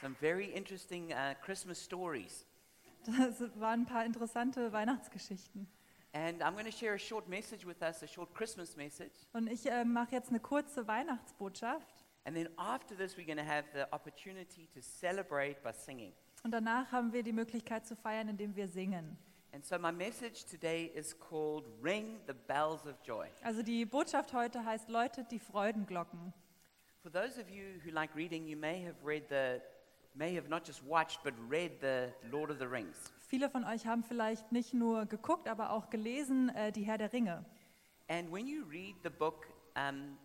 some very interesting uh, Christmas stories. Das waren ein paar interessante Weihnachtsgeschichten. And I'm going to share a short message with us, a short Christmas message. Und ich äh, mache jetzt eine kurze Weihnachtsbotschaft. And then after this, we're going to have the opportunity to celebrate by singing. Und danach haben wir die Möglichkeit zu feiern, indem wir singen. And so my message today is called Ring the Bells of Joy. Also die Botschaft heute heißt läutet die Freudenglocken. For those of you who like reading, you may have read the, may have not just watched, but read the Lord of the Rings. Viele von euch haben vielleicht nicht nur geguckt, aber auch gelesen äh, die Herr der Ringe. And when you read the book, um,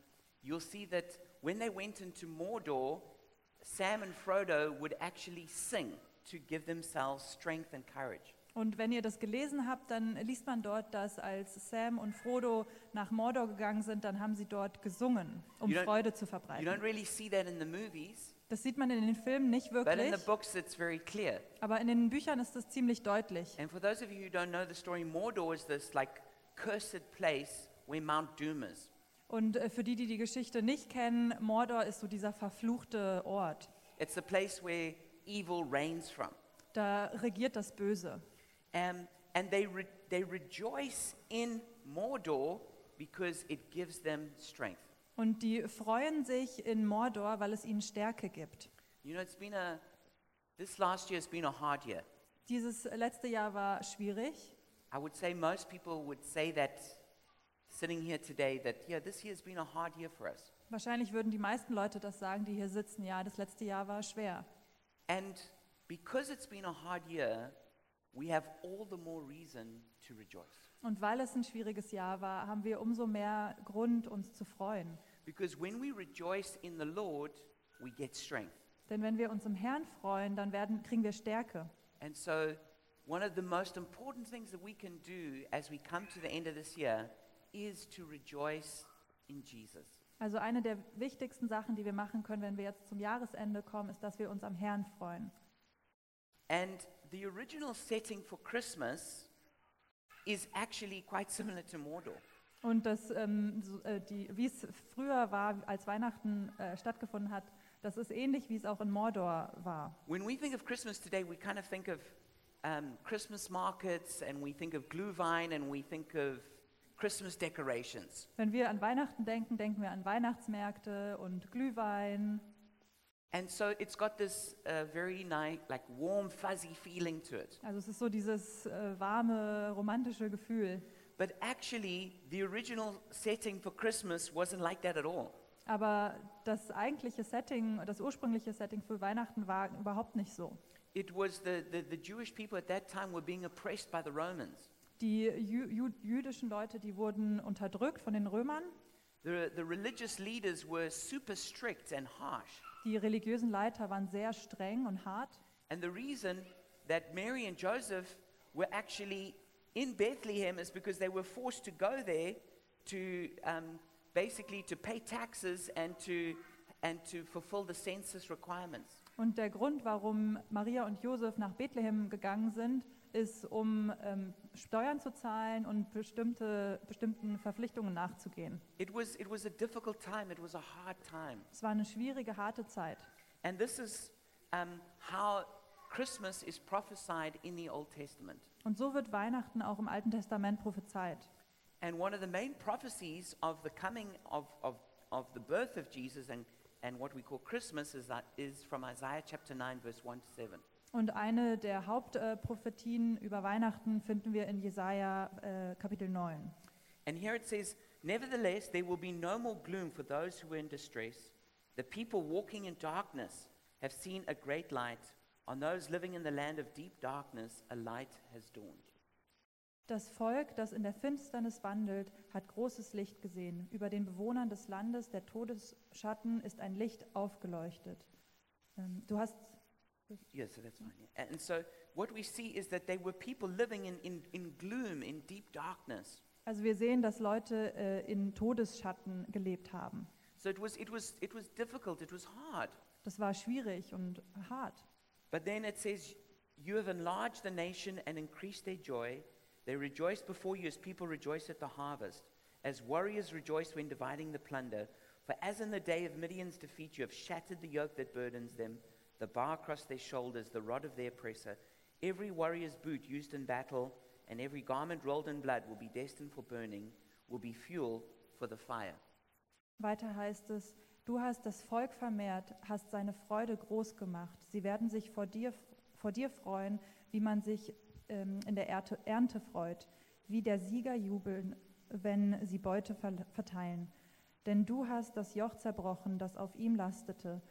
you'll see that when they went into Mordor, Sam and Frodo would actually sing to give themselves strength and courage. Und wenn ihr das gelesen habt, dann liest man dort, dass als Sam und Frodo nach Mordor gegangen sind, dann haben sie dort gesungen, um You don't- Freude zu You don't verbreiten. really see that in the movies, Das sieht man in den Filmen nicht but in wirklich, the books it's very clear. aber in den Büchern ist das ziemlich deutlich. And for those of you who don't know the story, Mordor is this like cursed place where Mount Doom is. Und äh, für die, die die Geschichte nicht kennen, Mordor ist so dieser verfluchte Ort. It's the place where evil reigns from. Da regiert das Böse. Um, and they, re- they rejoice in Mordor because it gives them strength. Und die freuen sich in Mordor, weil es ihnen Stärke gibt. You know, it's been a, this last year has been a hard year. Dieses letzte Jahr war schwierig. I would say most people would say that sitting here today, that, yeah, this year has been a hard year for us. Wahrscheinlich würden die meisten Leute das sagen, die hier sitzen. Ja, das letzte Jahr war schwer. And because it's been a hard year, we have all the more reason to rejoice. Und weil es ein schwieriges Jahr war, haben wir umso mehr Grund, uns zu freuen. Because when we rejoice in the Lord, we get strength. Denn wenn wir uns im Herrn freuen, dann werden, kriegen wir Stärke. And so, one of the most important things that we can do as we come to the end of this year is to rejoice in Jesus. Also eine der wichtigsten Sachen, die wir machen können, wenn wir jetzt zum Jahresende kommen, ist, dass wir uns am Herrn freuen. And the original setting for Christmas is actually quite similar to Mordor. Und das, ähm, so, äh, die, wie es früher war, als Weihnachten äh, stattgefunden hat, das ist ähnlich, wie es auch in Mordor war. When we think of Christmas today, we kind of think of um, Christmas markets and we think of Glühwein and we think of Christmas decorations. Wenn wir an Weihnachten denken, denken wir an Weihnachtsmärkte und Glühwein. And so it's got this uh, very nice, like warm, fuzzy feeling to it. Also es ist so dieses äh, warme, romantische Gefühl. But actually, the original setting for Christmas wasn't like that at all. Aber das eigentliche Setting, das ursprüngliche Setting für Weihnachten war überhaupt nicht so. It was the, the, the Jewish people at that time were being oppressed by the Romans. Die Jü Jü jüdischen Leute, die wurden unterdrückt von den Römern. The, the religious leaders were super strict and harsh. Die religiösen Leiter waren sehr streng und hart. And the reason that Mary and Joseph were actually in Bethlehem is because they were forced to go there to um, basically to pay taxes and to, and to fulfill the census requirements. Und der Grund, warum Maria und Josef nach Bethlehem gegangen sind, ist, um ähm, Steuern zu zahlen und bestimmte, bestimmten Verpflichtungen nachzugehen. It was, it was a difficult time. It was a hard time. Es war eine schwierige, harte Zeit. And this is um, how Christmas is prophesied in the Old Testament. Und so wird Weihnachten auch im Alten Testament prophezeit. And one of the main prophecies of the coming of, of, of the birth of Jesus and, and what we call Christmas is, that, is from Isaiah chapter 9, verse 1 to 7. Und eine der Hauptprophetien über Weihnachten finden wir in Jesaja äh, Kapitel 9. And here it says, Nevertheless, there will be no more gloom for those who were in distress. The people walking in darkness have seen a great light. On those living in the land of deep darkness, a light has dawned. Das Volk, das in der Finsternis wandelt, hat großes Licht gesehen. Über den Bewohnern des Landes der Todesschatten ist ein Licht aufgeleuchtet. Ähm, Du hast, Yeah, so that's fine. Yeah. And so what we see is that they were people living in, in, in gloom, in deep darkness. also wir sehen, dass Leute äh, in Todesschatten gelebt haben. So it was, it was, it was difficult, it was hard. Das war schwierig und hart. But then it says, You have enlarged the nation and increased their joy. They rejoice before you as people rejoice at the harvest, as warriors rejoice when dividing the plunder. For as in the day of Midian's defeat, you have shattered the yoke that burdens them, the bar across their shoulders, the rod of their oppressor. Every warrior's boot used in battle and every garment rolled in blood will be destined for burning, will be fuel for the fire. Weiter heißt es, du hast das Volk vermehrt, hast seine Freude groß gemacht. Sie werden sich vor dir, vor dir freuen, wie man sich ähm, in der Ernte, Ernte freut, wie der Sieger jubeln, wenn sie Beute verl- verteilen. Denn du hast das Joch zerbrochen, das auf ihm lastete,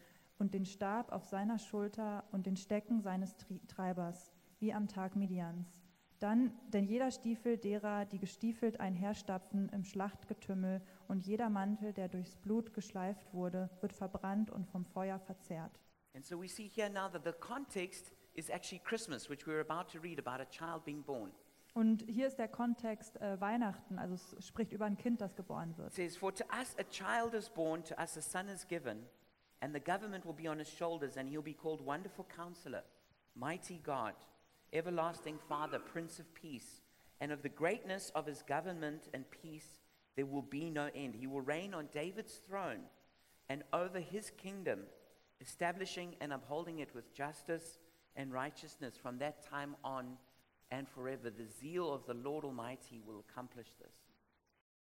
und den Stab auf seiner Schulter und den Stecken seines Tri Treibers, wie am Tag Midians. Dann, denn jeder Stiefel derer, die gestiefelt einherstapfen im Schlachtgetümmel, und jeder Mantel, der durchs Blut geschleift wurde, wird verbrannt und vom Feuer verzehrt. And so we see here now that the context is actually Christmas, which we're about to read about a child being born. Und hier ist der Kontext äh, Weihnachten, also es spricht über ein Kind, das geboren It wird. says, For to us a child is born, to us a son is given, and the government will be on his shoulders, and he'll be called Wonderful Counselor, Mighty God, Everlasting Father, Prince of Peace. And of the greatness of his government and peace, there will be no end. He will reign on David's throne and over his kingdom, establishing and upholding it with justice and righteousness from that time on and forever. The zeal of the Lord Almighty will accomplish this.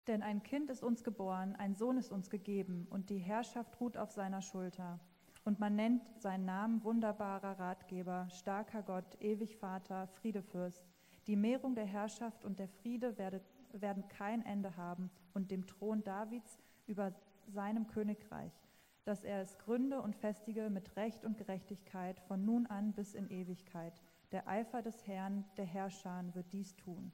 Denn ein Kind ist uns geboren, ein Sohn ist uns gegeben, und die Herrschaft ruht auf seiner Schulter. Und man nennt seinen Namen wunderbarer Ratgeber, starker Gott, ewig Vater, Friedefürst. Die Mehrung der Herrschaft und der Friede werdet, werden kein Ende haben und dem Thron Davids über seinem Königreich, dass er es gründe und festige mit Recht und Gerechtigkeit von nun an bis in Ewigkeit. Der Eifer des Herrn, der Herrscher, wird dies tun.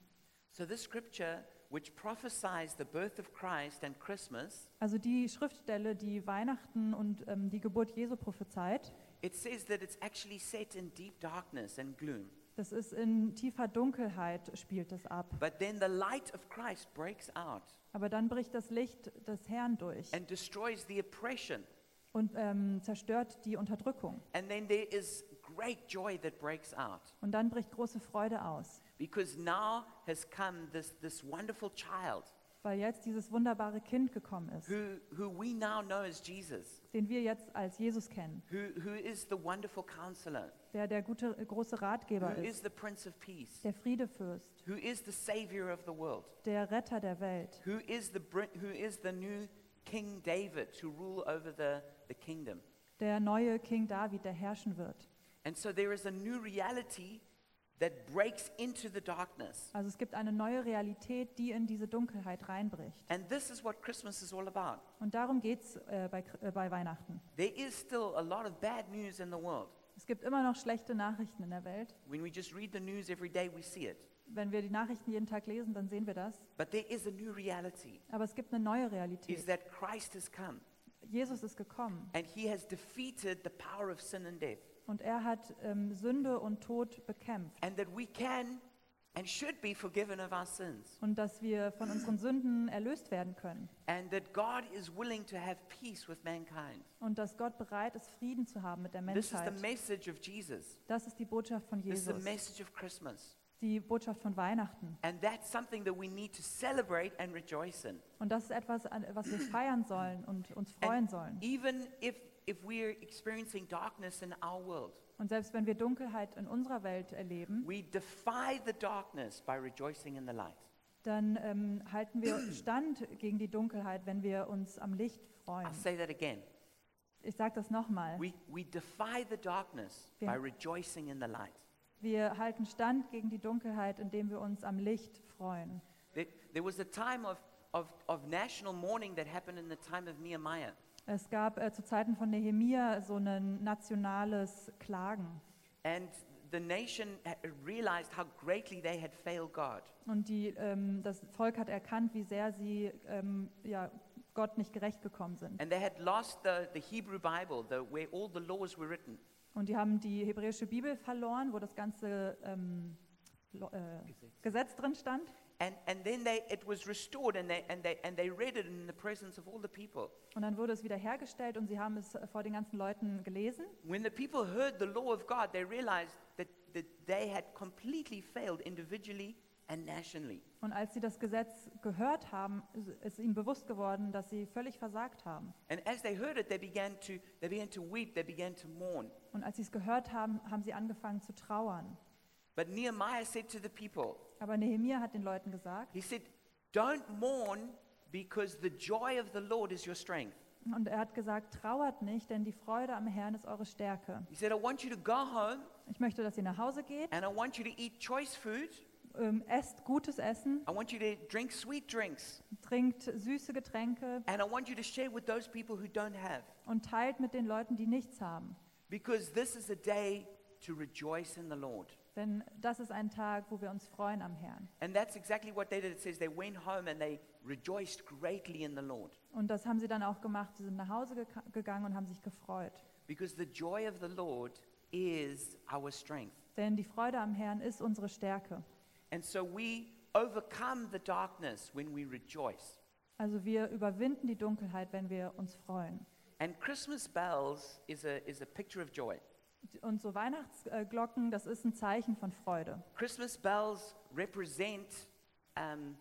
So, this scripture, which prophesies the birth of Christ and Christmas, Also die Schriftstelle, die Weihnachten und ähm, die Geburt Jesu prophezeit, it says that it's actually set in deep darkness and gloom. das ist in tiefer Dunkelheit, spielt es ab. But then the light of Christ breaks out Aber dann bricht das Licht des Herrn durch and destroys the oppression. und ähm, zerstört die Unterdrückung. And then there is great joy that breaks out Und dann bricht große Freude aus, because now has come this, this wonderful child weil jetzt dieses wunderbare Kind gekommen ist, who, who we now know as Jesus, den wir jetzt als Jesus kennen, who, who is the wonderful counselor, der der gute, äh, große Ratgeber who is ist, the Prince of Peace, der Friedefürst, who is the Savior of the world. der Retter der Welt, who is the, bri- who is the new King David to rule over the, the kingdom. der neue King David, der herrschen wird. And so there is a new reality that breaks into the darkness. Also es gibt eine neue Realität, die in diese Dunkelheit reinbricht. And this is what Christmas is all about. Und darum geht es äh, bei, Kr- äh, bei Weihnachten. There is still a lot of bad news in the world. Es gibt immer noch schlechte Nachrichten in der Welt. When we just read the news every day, we see it. Wenn wir die Nachrichten jeden Tag lesen, dann sehen wir das. But there is a new reality Aber es gibt eine neue is Realität. that Christ has come Jesus ist gekommen and he has defeated the power of sin and death. und er hat ähm, Sünde und Tod bekämpft. And that we can and should be forgiven of our sins. Und dass wir von unseren Sünden erlöst werden können. And that God is willing to have peace with mankind. Und dass Gott bereit ist, Frieden zu haben mit der This is the Menschheit. message of Jesus. Das ist die Botschaft von This is the Jesus. message of Christmas. Die Botschaft von Weihnachten. And that's something that we need to celebrate and rejoice in. Und das ist etwas, an- was wir feiern sollen und uns freuen And sollen. even if, if we're experiencing darkness in our world, Und selbst wenn wir Dunkelheit in unserer Welt erleben, we defy the darkness by rejoicing in the light. dann ähm, halten wir stand gegen die Dunkelheit, wenn wir uns am Licht freuen. I'll say that again. Ich sage das nochmal. We, we defy the darkness Wir- by rejoicing in the light. Wir halten stand gegen die Dunkelheit, indem wir uns am Licht freuen. There, there was a time of, of, of national mourning that happened in the time of Nehemiah. Es gab äh, zu Zeiten von Nehemia so ein nationales Klagen. And the nation uh, realized how greatly they had failed God. Und die, ähm, das Volk hat erkannt, wie sehr sie ähm, ja, Gott nicht gerecht gekommen sind. And they had lost the, the Hebrew Bible, the, where all the laws were written. Und die haben die hebräische Bibel verloren, wo das ganze ähm, Lo- äh, Gesetz drin stand. And, and then they, it was restored, and they, and, they, and they read it in the presence of all the people. Und dann wurde es wieder hergestellt und sie haben es vor den ganzen Leuten gelesen. When the people heard the law of God, they realized that, that they had completely failed individually and nationally. Und als sie das Gesetz gehört haben, ist ihnen bewusst geworden, dass sie völlig versagt haben. And as they heard it, they began to, they began to weep, they began to mourn. Und als sie es gehört haben, haben sie angefangen zu trauern. But Nehemiah said to the people, Aber Nehemia hat den Leuten gesagt, he said, Don't mourn because the joy of the Lord is your strength. und er hat gesagt, trauert nicht, denn die Freude am Herrn ist eure Stärke. He said, I want you to go home Ich möchte, dass ihr nach Hause geht, and I want you to eat choice food. ähm, esst gutes Essen, I want you to drink sweet drinks. trinkt süße Getränke And I want you to share with those people who don't have. und teilt mit den Leuten, die nichts haben. Because this is a day to rejoice in the Lord. Denn das ist ein Tag, wo wir uns freuen am Herrn. And that's exactly what they did. It says they went home and they rejoiced greatly in the Lord. Und das haben sie dann auch gemacht. Sie sind nach Hause geka- gegangen und haben sich gefreut. Because the joy of the Lord is our strength. Denn die Freude am Herrn ist unsere Stärke. And so we overcome the darkness when we rejoice. Also wir überwinden die Dunkelheit, wenn wir uns freuen. And Christmas bells is a, is a picture of joy. Und so Weihnachtsglocken, das ist ein Zeichen von Freude. Christmas bells represent um,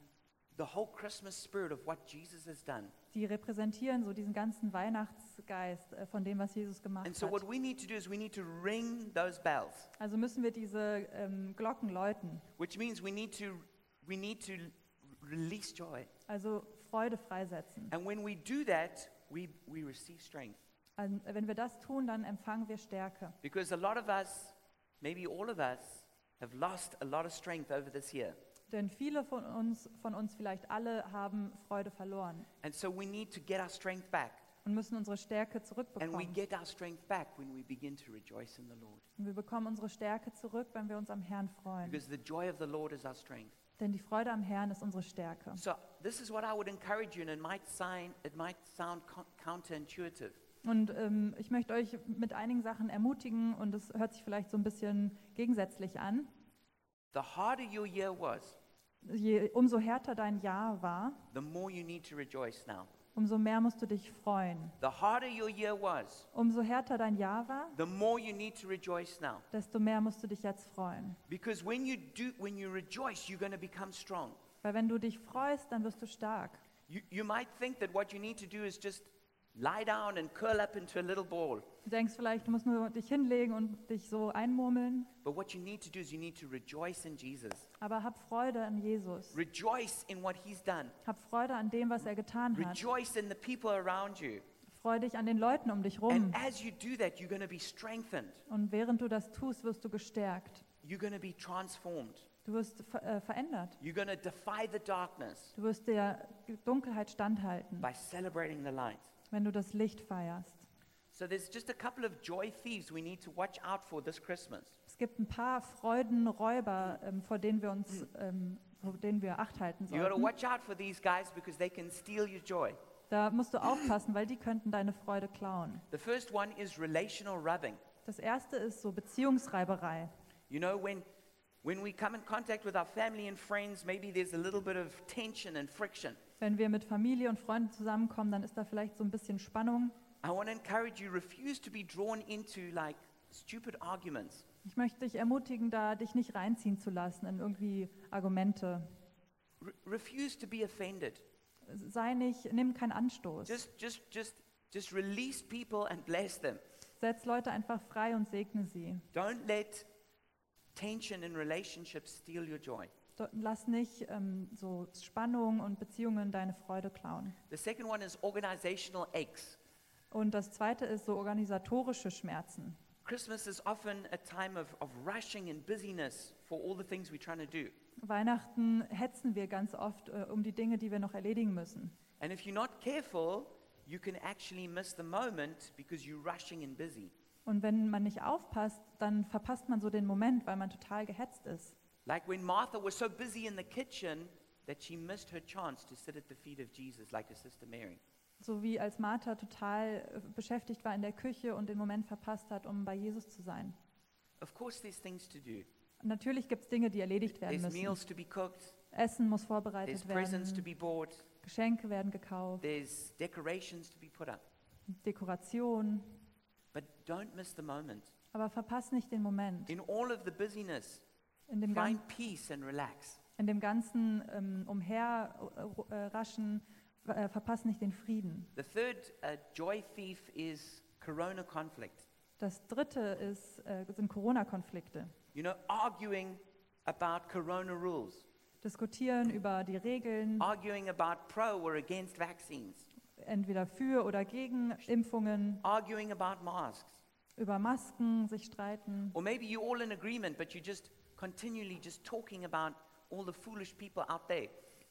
the whole Christmas spirit of what Jesus has done. Die repräsentieren so diesen ganzen Weihnachtsgeist äh, von dem, was Jesus gemacht And so, what hat. we need to do is we need to ring those bells, Also müssen wir diese ähm, Glocken läuten, which means we need to, we need to r- release joy. also Freude freisetzen. And when we do that, we, we receive strength. Also wenn wir das tun, dann empfangen wir Stärke. Because a lot of us, maybe all of us, have lost a lot of strength over this year. Denn viele von uns, von uns vielleicht alle, haben Freude verloren And so, we need to get our strength back. und müssen unsere Stärke And we zurückbekommen. get our strength back when we begin to rejoice in the Lord. Und wir bekommen unsere Stärke zurück, wenn wir uns am Herrn freuen. Because the joy of the Lord is our strength. Denn die Freude am Herrn ist unsere Stärke. So this is what I would encourage you, and it might, sign, it might sound co- counterintuitive, Und ähm, ich möchte euch mit einigen Sachen ermutigen und es hört sich vielleicht so ein bisschen gegensätzlich an. the harder your year was, Je, umso härter dein Jahr war, the more you need to rejoice now. umso mehr musst du dich freuen. The harder your year was, Umso härter dein Jahr war, the more you need to rejoice now. desto mehr musst du dich jetzt freuen. Because when you do, when you rejoice, you're going to become strong. Weil wenn du dich freust, dann wirst du stark. You, you might think that what you need to do is just lie down and curl up into a little ball. Du denkst vielleicht, du musst nur dich hinlegen und dich so einmurmeln, But what you need to do is you need to rejoice in Jesus. aber hab Freude an Jesus. Rejoice in what he's done. Hab Freude an dem, was er getan hat. Rejoice in the people around you. Freu dich an den Leuten um dich rum. And as you do that, you're going to be strengthened. Und während du das tust, wirst du gestärkt. You're going to be transformed. Du wirst ver äh, verändert. You're going to defy the darkness Du wirst der Dunkelheit standhalten, by celebrating the light. wenn du das Licht feierst. So there's just a couple of joy thieves we need to watch out for this Christmas. Es gibt ein paar Freudenräuber, ähm, vor denen wir uns, ähm, vor denen wir Acht halten Mm. You got to sollten. watch out for these guys because they can steal your joy. Da musst du aufpassen, weil die könnten deine Freude klauen. The first one is relational rubbing. Das erste ist so Beziehungsreiberei. You know when when we come in contact with our family and friends, maybe there's a little bit of tension and friction. Wenn wir mit Familie und Freunden zusammenkommen, dann ist da vielleicht so ein bisschen Spannung. I want to encourage you refuse to be drawn into like stupid arguments. Ich möchte dich ermutigen, da dich nicht reinziehen zu lassen in irgendwie Argumente. Re- refuse to be offended. Sei nicht, nimm keinen Anstoß. Just, just, just, just release people and bless them. Setz Leute einfach frei und segne sie. Don't let tension in relationships steal your joy. Do- Lass nicht ähm, so Spannungen und Beziehungen deine Freude klauen. The second one is organizational aches. Und das zweite ist so organisatorische Schmerzen. Christmas is often a time of, of rushing and busyness for all the things we're trying to do. Weihnachten hetzen wir ganz oft äh, um die Dinge, die wir noch erledigen müssen. And if you're not careful, you can actually miss the moment because you're rushing and busy. Und wenn man nicht aufpasst, dann verpasst man so den Moment, weil man total gehetzt ist. Like when Martha was so busy in the kitchen that she missed her chance to sit at the feet of Jesus like her sister Mary. So wie als Martha total äh, beschäftigt war in der Küche und den Moment verpasst hat, um bei Jesus zu sein. Of course, there's things to do. Natürlich gibt es Dinge, die erledigt werden There's müssen. meals to be cooked. Essen muss There's vorbereitet presents to werden, be bought. Geschenke werden gekauft, There's decorations to be put up. Dekoration. But don't miss the moment. Aber verpass nicht den Moment. In all of the busyness, In dem, find gan- peace and relax. in dem ganzen ähm, Umherraschen äh, verpasst nicht den Frieden. The third uh, joy thief is corona conflict. Das dritte ist, äh, sind Corona-Konflikte. You know, arguing about corona rules, Diskutieren über die Mm. Regeln, arguing about pro or against vaccines, entweder für oder gegen Impfungen, arguing about masks. über Masken sich streiten. Or maybe you're all in agreement, but you're just continually just talking about all the foolish people out there.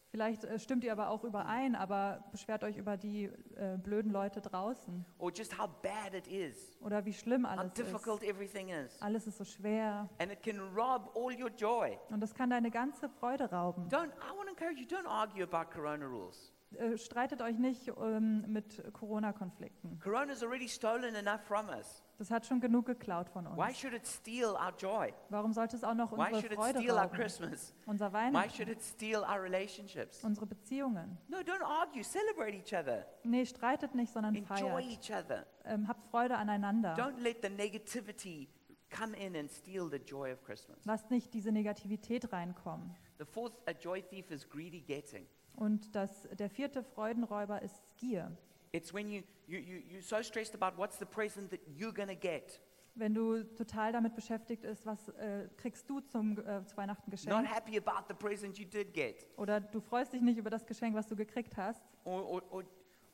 Vielleicht äh, stimmt ihr aber auch überein, aber beschwert euch über die äh, blöden Leute draußen Or just how bad it is, oder wie schlimm how alles difficult ist. everything is. Alles ist so schwer And it can rob all your joy. und das kann deine ganze Freude rauben. Don't, I want to encourage you, don't argue about corona rules. Äh, streitet euch nicht ähm, mit Corona-Konflikten. Corona's already stolen enough from us. Das hat schon genug geklaut von Why uns. should it steal our joy? Warum sollte es auch noch Why unsere should it Freude steal our rauben? Christmas? Unser Why should Weihnachten, it steal our relationships? unsere Beziehungen. No, don't argue. Celebrate each other. Nee, streitet nicht, sondern Enjoy feiert. each other. Ähm, habt Freude aneinander. Don't let the negativity come in and steal the joy of Christmas. Lasst nicht diese Negativität reinkommen. The fourth a joy thief is greedy getting. Und das, der vierte Freudenräuber ist Gier. It's when you, you, you, you're so stressed about what's the present that you're going to get. Wenn du total damit beschäftigt ist, was äh, kriegst du zum, äh, zu Not Weihnachten geschenkt? happy about the present you did get. Oder du freust dich nicht über das Geschenk, was du gekriegt hast? Or, or, or,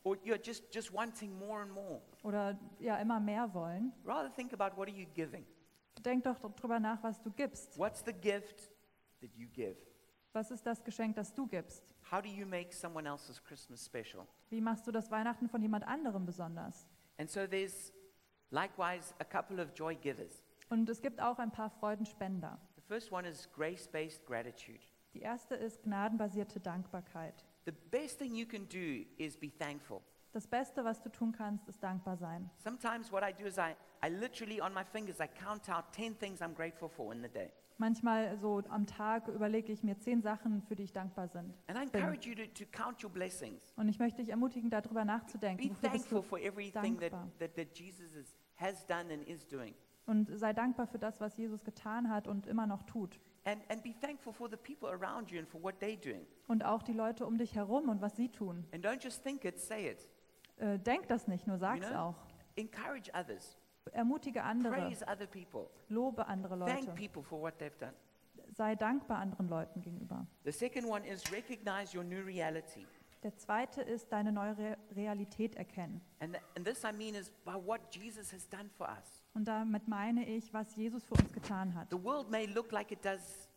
or you're just, just wanting more and more. Oder ja, immer mehr wollen? Rather think about what are you giving? Denk doch drüber nach, was du gibst. What's the gift that you give? Was ist das Geschenk, das du gibst? How do you make someone else's Christmas special? Wie machst du das Weihnachten von jemand anderem besonders? And so there's likewise a couple of joy givers. Und es gibt auch ein paar Freudenspender. The first one is grace based gratitude. Die erste ist gnadenbasierte Dankbarkeit. The best thing you can do is be thankful. Das Beste, was du tun kannst, ist dankbar sein. Sometimes what I do is I, I literally on my fingers I count out 10 things I'm grateful for in the day. Manchmal so am Tag überlege ich mir zehn Sachen, für die ich dankbar sind. And I encourage you to, to count your blessings. Und ich möchte dich ermutigen, darüber Be nachzudenken. Wofür bist thankful du for everything that, dankbar. that, that Jesus is, has done and is doing. und sei dankbar für das, was Jesus getan hat und immer noch tut. And, and be thankful for the people around you and for what they're doing. Und auch die Leute um dich herum und was sie tun. And don't just think it, say it. Äh, denk das nicht, nur You sag's know? auch. Encourage others. Ermutige andere, Praise other people. lobe andere Leute, Thank people for what they've done. sei dankbar anderen Leuten gegenüber. The second one is recognize your new reality. Der zweite ist deine neue Re- Realität erkennen. And, th- and this I mean is by what Jesus has done for us. Und damit meine ich, was Jesus für uns getan hat. The world may look like it does.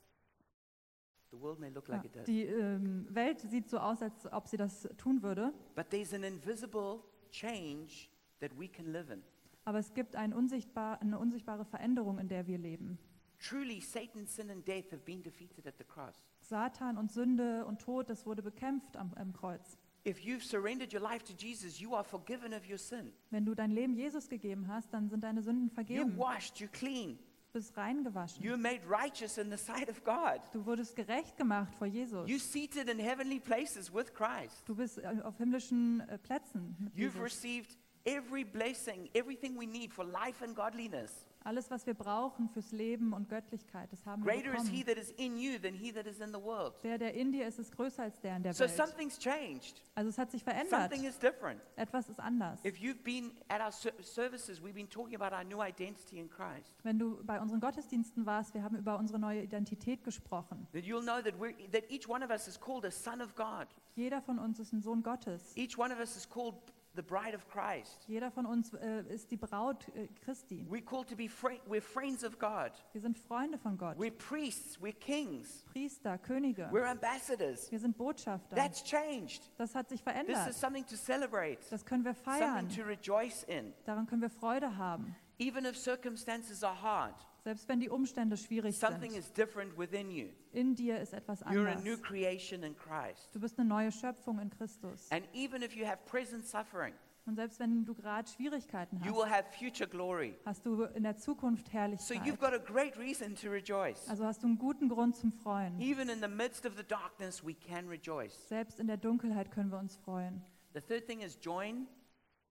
The world may look like Ja, it does. die ähm, Welt sieht so aus, als ob sie das tun würde, But there's an invisible change that we can live in. aber es gibt ein unsichtbar, eine unsichtbare Veränderung, in der wir leben. Truly, Satan, sin, and death have been defeated at the cross. Satan und Sünde und Tod, das wurde bekämpft am, am Kreuz. If you've surrendered your life to Jesus, you are forgiven of your sin. Wenn du dein Leben Jesus gegeben hast, dann sind deine Sünden You're vergeben, washed, you're clean, du bist reingewaschen. you're made righteous in the sight of God. Du wurdest gerecht gemacht vor Jesus. You're seated in heavenly places with Christ. Du bist äh, auf himmlischen äh, Plätzen mit You've Jesus. received every blessing, everything we need for life and godliness. Alles, was wir brauchen fürs Leben und Göttlichkeit, das haben wir Greater is he bekommen. that is in you than he that is in the world. Der, der in dir ist, ist größer als der in der So Welt. something's changed. Also es hat sich verändert. Something is different. Etwas ist anders. If you've been at our ser- services, we've been talking about our new identity in Christ. Wenn du bei unseren Gottesdiensten warst, wir haben über unsere neue Identität gesprochen. That you'll know that, we're, that each one of us is called a son of God. Jeder von uns ist ein Sohn Gottes. Each one of us is called the bride of Christ. Jeder von uns äh, ist die Braut äh, Christi. We're called to be friend. We're friends of God. Wir sind Freunde von Gott. We're priests. We're kings. Priester, Könige. We're ambassadors. Wir sind Botschafter. That's changed. Das hat sich This is verändert. something to celebrate. Das können wir feiern. Something to rejoice in. Daran können wir Freude haben. Even if circumstances are hard, Selbst wenn die Umstände schwierig something sind. is different within you. In dir ist etwas You're a new anders. creation in Christ. Du bist eine neue Schöpfung in Christus. And even if you have present suffering, Und selbst wenn du gerade Schwierigkeiten you will hast, have future glory. hast du in der Zukunft So Herrlichkeit. you've got a great reason to rejoice. Also hast du einen guten Grund zum Freuen. Even in the midst of the darkness, we can rejoice. Selbst in der Dunkelheit können wir uns freuen. The third thing is join,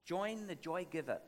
join the joy giver.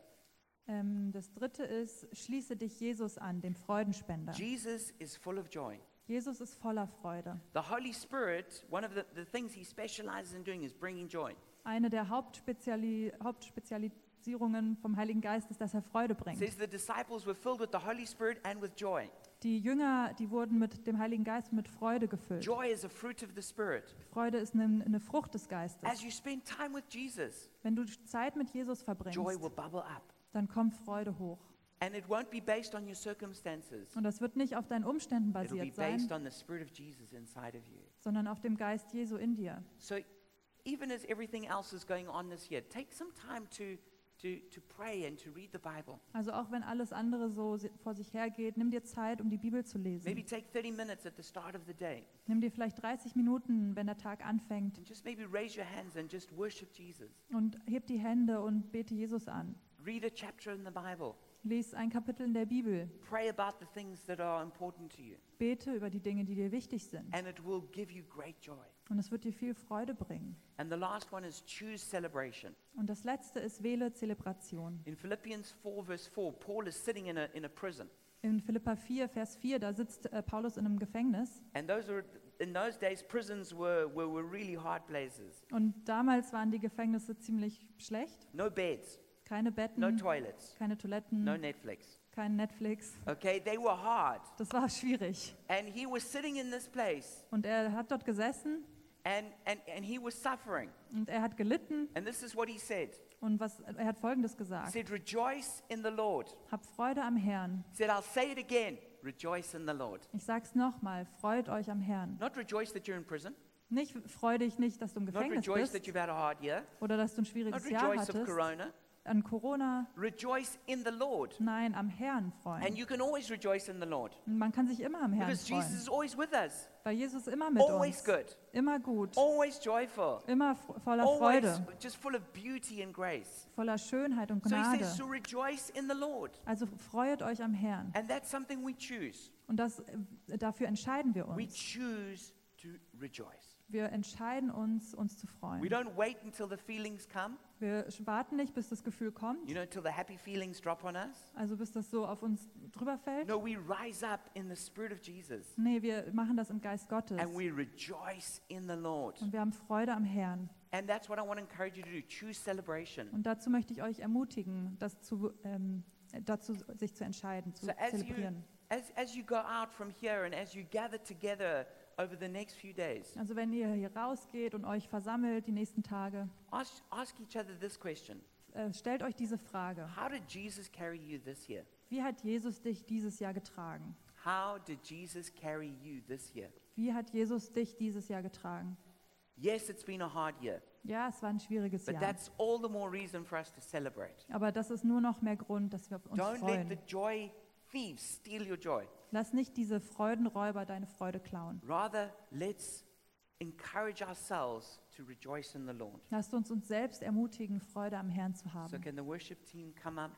Ähm, das dritte ist, schließe dich Jesus an, dem Freudenspender. Jesus is full of joy. Jesus ist voller Freude. The Holy Spirit, one of the, the things he specializes in doing is bringing joy. Eine der Hauptspeziali Hauptspezialisierungen vom Heiligen Geist ist, dass er Freude It bringt. says the disciples were filled with the Holy Spirit and with joy. Die Jünger, die wurden mit dem Heiligen Geist mit Freude gefüllt. Joy is a fruit of the Spirit. Freude ist eine, eine Frucht des Geistes. As you spend time with Jesus, Wenn du Zeit mit Jesus verbringst, joy will bubble up. dann kommt Freude hoch. And it won't be based on your circumstances. Und das wird nicht auf deinen Umständen It'll be basiert sein, based on the Spirit of Jesus inside of you. sondern auf dem Geist Jesu in dir. So even as everything else is going on this year, take some time to, to, to pray and to read the Bible. Also auch wenn alles andere so si- vor sich hergeht, nimm dir Zeit, um die Bibel zu Maybe lesen. take 30 minutes at the start of the day Nimm dir vielleicht 30 Minuten, wenn der Tag anfängt, and just maybe raise your hands and just worship Jesus. und heb die Hände und bete Jesus an. Read a chapter in the Bible. Lies ein Kapitel in der Bibel. Pray about the things that are important to you. Bete über die Dinge, die dir wichtig sind. And it will give you great joy. Und es wird dir viel Freude bringen. And the last one is choose celebration. Und das letzte ist wähle Zelebration. In Philippians 4, verse 4, Paul is sitting in a, in a prison. In Philippa 4, Vers 4, da sitzt äh, Paulus in einem Gefängnis. And those were, in those days, prisons were, were, were really hard places. Und damals waren die Gefängnisse ziemlich schlecht. No beds, Keine no Betten, toilets, keine Toiletten, no Netflix. kein Netflix. Okay, they were hard. Das war schwierig. And he was sitting in this place Und er hat dort gesessen and, and, and he was suffering. und er hat gelitten. And this is what he said Und was, er hat Folgendes He gesagt. said, Rejoice in the Lord. Hab Freude am Herrn. He said, I'll say it again. Rejoice in the Lord. Ich sag's nochmal, freut euch am Herrn. Not rejoice that you're in prison. Nicht freu dich nicht, dass du im Not Gefängnis rejoice bist that you've had a hard year. oder dass du ein Not schwieriges Jahr rejoice of hattest. corona. An Corona, Rejoice in the Lord. nein, am Herrn freuen. And you can always rejoice in the Lord. Man kann sich immer am Herrn Because Jesus freuen, is always with us. weil Jesus immer mit Always uns, good. immer gut, Always joyful. immer fro- voller Always Freude, just full of beauty and grace. voller Schönheit und So he Gnade. says, So rejoice in the Lord. Also freut euch am Herrn. And that's something we choose. Und das, äh, dafür entscheiden wir We uns. choose to rejoice. Wir entscheiden uns, uns zu We freuen. don't wait until the feelings come, Wir sch- warten nicht, bis das Gefühl kommt, you know, till the happy feelings drop on us. also bis das so auf uns drüber fällt. No, we rise up in the Spirit of Jesus Nee, wir machen das im Geist Gottes. and we rejoice in the Lord. Und wir haben Freude am Herrn. And that's what I want to encourage you to do choose celebration. Und dazu möchte ich euch ermutigen, das zu, ähm, dazu sich zu entscheiden, zu So as you- zelebrieren. As, as you go out from here and as you gather together over the next few days, Also wenn ihr hier rausgeht und euch versammelt die nächsten Tage, ask, ask each other this question äh, stellt euch diese Frage. How did Jesus carry you this year? Wie hat Jesus dich dieses Jahr getragen? How did Jesus carry you this year? Wie hat Jesus dich dieses Jahr getragen? Yes, it's been a hard year, Ja, es war ein schwieriges but Jahr. that's all the more reason for us to celebrate. Aber das ist nur noch mehr Grund, dass wir uns Don't let the freuen. joy thieves steal your joy. Lass nicht diese Freudenräuber deine Freude klauen. Rather, let's encourage ourselves to rejoice in the Lord. Lasst uns uns selbst ermutigen, Freude am Herrn zu So, haben. can the worship team come up?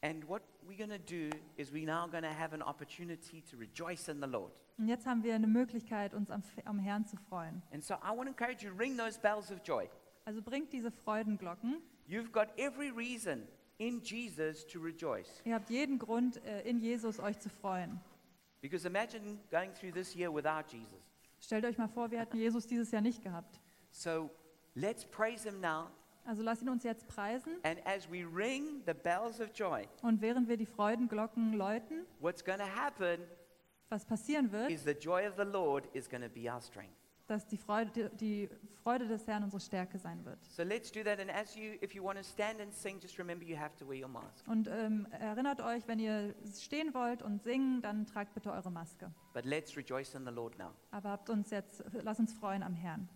And what we're going to do is we're now going to have an opportunity to rejoice in the Lord. Und jetzt haben wir eine Möglichkeit, uns am, F- am Herrn zu freuen. And so, I want to encourage you ring those bells of joy. Also bringt diese Freudenglocken. You've got every reason in Jesus to rejoice. Ihr habt jeden Grund, äh, in Jesus euch zu freuen. Because imagine going through this year without Jesus. Stellt euch mal vor, wir hätten Jesus dieses Jahr nicht gehabt. So, let's praise Him now. Also lasst ihn uns jetzt preisen. And as we ring the bells of joy, Und während wir die Freudenglocken läuten, what's going to happen was passieren wird, is the joy of the Lord is going to be our strength. dass die Freude, die Freude des Herrn unsere Stärke sein wird. So let's do that. And as you, if you want to stand and sing, just remember you have to wear your mask. Und ähm, erinnert euch, wenn ihr stehen wollt und singen, dann tragt bitte eure Maske. But let's rejoice in the Lord now. Aber habt uns jetzt, lasst uns freuen am Herrn.